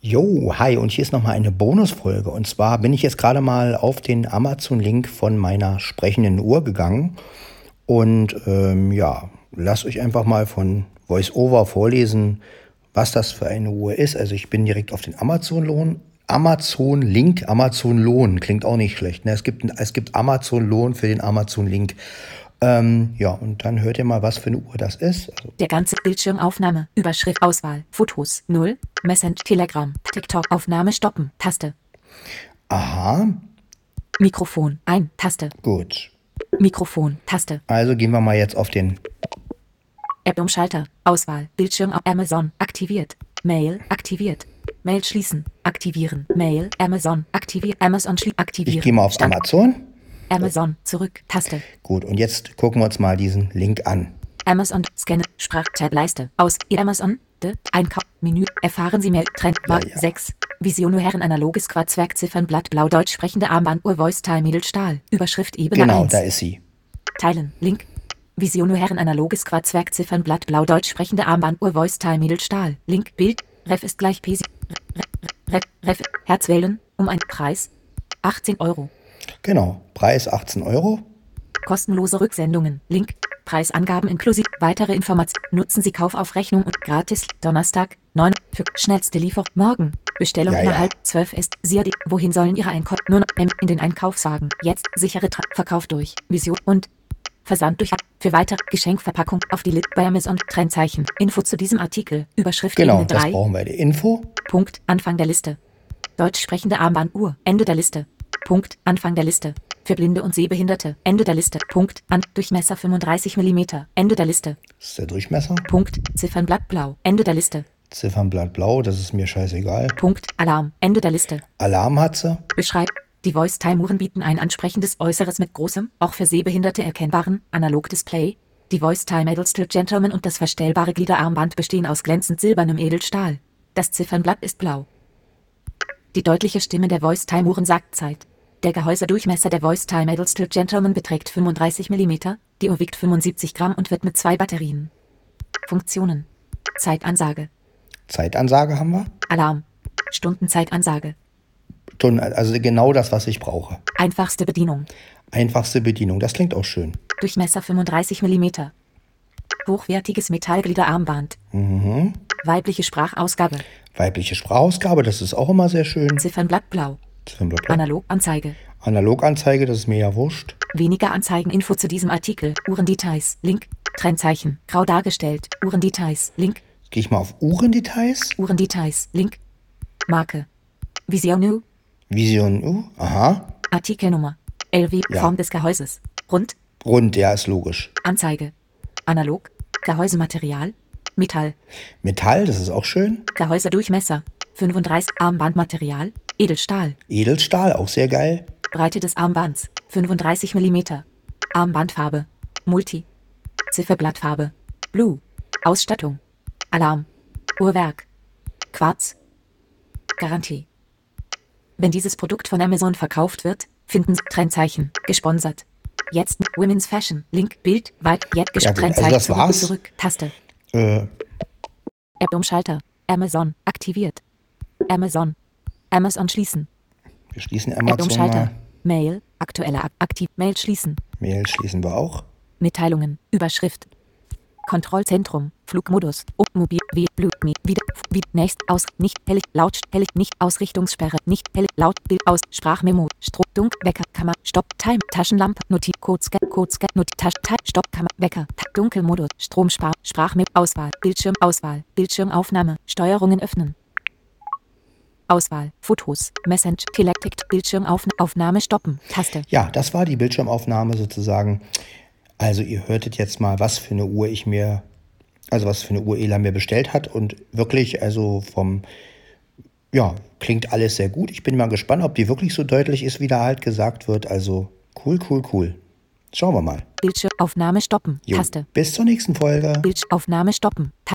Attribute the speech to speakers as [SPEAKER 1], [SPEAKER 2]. [SPEAKER 1] Jo, hi, und hier ist nochmal eine Bonusfolge. Und zwar bin ich jetzt gerade mal auf den Amazon-Link von meiner sprechenden Uhr gegangen. Und ähm, ja, lasst euch einfach mal von VoiceOver vorlesen, was das für eine Uhr ist. Also ich bin direkt auf den Amazon-Lohn. Amazon-Link, Amazon-Lohn, klingt auch nicht schlecht. Ne? Es gibt, ein- es gibt Amazon-Lohn für den Amazon-Link. Ähm, ja, und dann hört ihr mal, was für eine Uhr das ist. Also
[SPEAKER 2] Der ganze Bildschirmaufnahme. Überschrift Auswahl. Fotos. 0. Messenger. Telegram. TikTok. Aufnahme stoppen. Taste.
[SPEAKER 1] Aha,
[SPEAKER 2] Mikrofon. Ein. Taste.
[SPEAKER 1] gut.
[SPEAKER 2] Mikrofon. Taste.
[SPEAKER 1] Also gehen wir mal jetzt auf den
[SPEAKER 2] App umschalter. Auswahl. Bildschirm. auf Amazon. Aktiviert. Mail. Aktiviert. Mail schließen. Aktivieren. Mail. Amazon. Aktivieren. Amazon schließen. Aktivieren.
[SPEAKER 1] Ich gehe mal auf
[SPEAKER 2] Stand-
[SPEAKER 1] Amazon.
[SPEAKER 2] Amazon. Zurück. Taste.
[SPEAKER 1] Gut, und jetzt gucken wir uns mal diesen Link an.
[SPEAKER 2] Amazon. Scanne. Sprachzeitleiste. Aus. Ihr Amazon. De. Einkauf. Menü. Erfahren Sie mehr. Trend. War.
[SPEAKER 1] ja.
[SPEAKER 2] 6. Visionären analoges Quarzwerkziffernblatt blau deutsch sprechende Armbanduhr Voice Teil Mittelstahl. Überschrift Ebene
[SPEAKER 1] genau,
[SPEAKER 2] 1.
[SPEAKER 1] da ist sie.
[SPEAKER 2] Teilen. Link. Visionären analoges Quarzwerkziffernblatt blau deutsch sprechende Armbanduhr Voice Teil Mittelstahl. Link. Bild. Ref ist gleich PC. Ref, Ref, Ref. Herz wählen. Um einen Preis. 18 Euro.
[SPEAKER 1] Genau, Preis 18 Euro.
[SPEAKER 2] Kostenlose Rücksendungen. Link. Preisangaben inklusive. Weitere Informationen. Nutzen Sie Kaufaufrechnung und gratis. Donnerstag, 9. Für schnellste Liefer. Morgen. Bestellung
[SPEAKER 1] Ja, ja.
[SPEAKER 2] innerhalb 12 ist. Sie Wohin sollen Ihre Einkäufe? Nur noch in in den Einkaufswagen. Jetzt sichere Tra Verkauf durch. Vision und Versand durch. Für weitere Geschenkverpackung auf die List bei Amazon. Trennzeichen. Info zu diesem Artikel. Überschrift
[SPEAKER 1] Genau,
[SPEAKER 2] Ebene
[SPEAKER 1] das
[SPEAKER 2] 3.
[SPEAKER 1] brauchen wir. Die Info.
[SPEAKER 2] Punkt. Anfang der Liste. Deutsch sprechende Armbanduhr. Ende der Liste. Punkt. Anfang der Liste. Für Blinde und Sehbehinderte. Ende der Liste. Punkt. An Durchmesser 35 mm. Ende der Liste.
[SPEAKER 1] Das ist der Durchmesser.
[SPEAKER 2] Punkt. Ziffernblatt blau. Ende der Liste.
[SPEAKER 1] Ziffernblatt blau, das ist mir scheißegal.
[SPEAKER 2] Punkt. Alarm. Ende der Liste.
[SPEAKER 1] Alarm hat sie.
[SPEAKER 2] Beschreib. Die Voice-Time-Uhren bieten ein ansprechendes Äußeres mit großem, auch für Sehbehinderte erkennbaren, Analog-Display. Die Voice-Time Edelsteel Gentleman und das verstellbare Gliederarmband bestehen aus glänzend silbernem Edelstahl. Das Ziffernblatt ist blau. Die deutliche Stimme der Voice-Time-Uhren sagt Zeit. Der Gehäusedurchmesser der Voice-Time Edelsteel Gentleman beträgt 35 mm, die Uhr wiegt 75 Gramm und wird mit zwei Batterien. Funktionen. Zeitansage.
[SPEAKER 1] Zeitansage haben wir.
[SPEAKER 2] Alarm. Stundenzeitansage.
[SPEAKER 1] Schon, also genau das, was ich brauche.
[SPEAKER 2] Einfachste Bedienung.
[SPEAKER 1] Einfachste Bedienung, das klingt auch schön.
[SPEAKER 2] Durchmesser 35 mm. Hochwertiges Metallgliederarmband. Weibliche Sprachausgabe.
[SPEAKER 1] Mhm. Weibliche Sprachausgabe, das ist auch immer sehr schön.
[SPEAKER 2] Ziffernblatt blau.
[SPEAKER 1] Ziffernblatt blau.
[SPEAKER 2] Analoganzeige.
[SPEAKER 1] Analoganzeige, das ist mir ja wurscht.
[SPEAKER 2] Weniger Anzeigeninfo zu diesem Artikel. Uhrendetails. Link. Trennzeichen. Grau dargestellt. Uhrendetails. Link.
[SPEAKER 1] Gehe ich mal auf Uhrendetails.
[SPEAKER 2] Uhrendetails. Link. Marke. Visionu.
[SPEAKER 1] Vision U. Aha.
[SPEAKER 2] Artikelnummer. LW.
[SPEAKER 1] Ja.
[SPEAKER 2] Form des Gehäuses. Rund.
[SPEAKER 1] Rund, ja, ist logisch.
[SPEAKER 2] Anzeige. Analog. Gehäusematerial. Metall.
[SPEAKER 1] Metall, das ist auch schön.
[SPEAKER 2] Gehäusedurchmesser. 35 Armbandmaterial. Edelstahl.
[SPEAKER 1] Edelstahl, auch sehr geil.
[SPEAKER 2] Breite des Armbands 35 mm. Armbandfarbe Multi. Zifferblattfarbe Blue. Ausstattung Alarm. Uhrwerk. Quarz. Garantie. Wenn dieses Produkt von Amazon verkauft wird, finden Sie Trennzeichen gesponsert. Jetzt mit Women's Fashion. Link, Bild, weit, jetzt
[SPEAKER 1] Ja, gut, also
[SPEAKER 2] Trennzeichen
[SPEAKER 1] das war's.
[SPEAKER 2] zurück, zurück, Taste.
[SPEAKER 1] Äh,
[SPEAKER 2] App umschalter. Amazon aktiviert. Amazon. Amazon schließen.
[SPEAKER 1] wir schließen
[SPEAKER 2] App
[SPEAKER 1] Amazon
[SPEAKER 2] umschalter.
[SPEAKER 1] mal.
[SPEAKER 2] Mail, aktuelle Ak- aktiv. Mail schließen.
[SPEAKER 1] Mail schließen wir auch.
[SPEAKER 2] Mitteilungen, Überschrift. Kontrollzentrum, Flugmodus, um, mobil, wie, blüht mir, wieder, f- wie, nächst, aus, nicht, hell, laut, hell, nicht, Ausrichtungssperre, nicht, hell, laut, bild, aus, Sprachmemo, Strom, dunk, Wecker, Kammer, Stopp, Time, Taschenlampe, Notiz, kurz, kurz, Notiz, Tasch, Time, Stopp, Kammer, Wecker, Ta Dunkelmodus, Stromspar, Sprachmemo, Auswahl, Bildschirm, Auswahl, Bildschirmaufnahme, Steuerungen öffnen. Auswahl, Fotos, Messenger, Telektik, Bildschirm, Aufnahme, Stoppen, Taste.
[SPEAKER 1] Ja, das war die Bildschirmaufnahme sozusagen. Also ihr hörtet jetzt mal, was für eine Uhr ich mir, also was für eine Uhr Ela mir bestellt hat und wirklich, also vom, ja, klingt alles sehr gut. Ich bin mal gespannt, ob die wirklich so deutlich ist, wie da halt gesagt wird. Also cool, cool, cool. Schauen wir mal.
[SPEAKER 2] Bildschirmaufnahme stoppen.
[SPEAKER 1] Jo,
[SPEAKER 2] Taste.
[SPEAKER 1] Bis zur nächsten Folge.
[SPEAKER 2] Bildaufnahme stoppen. Ta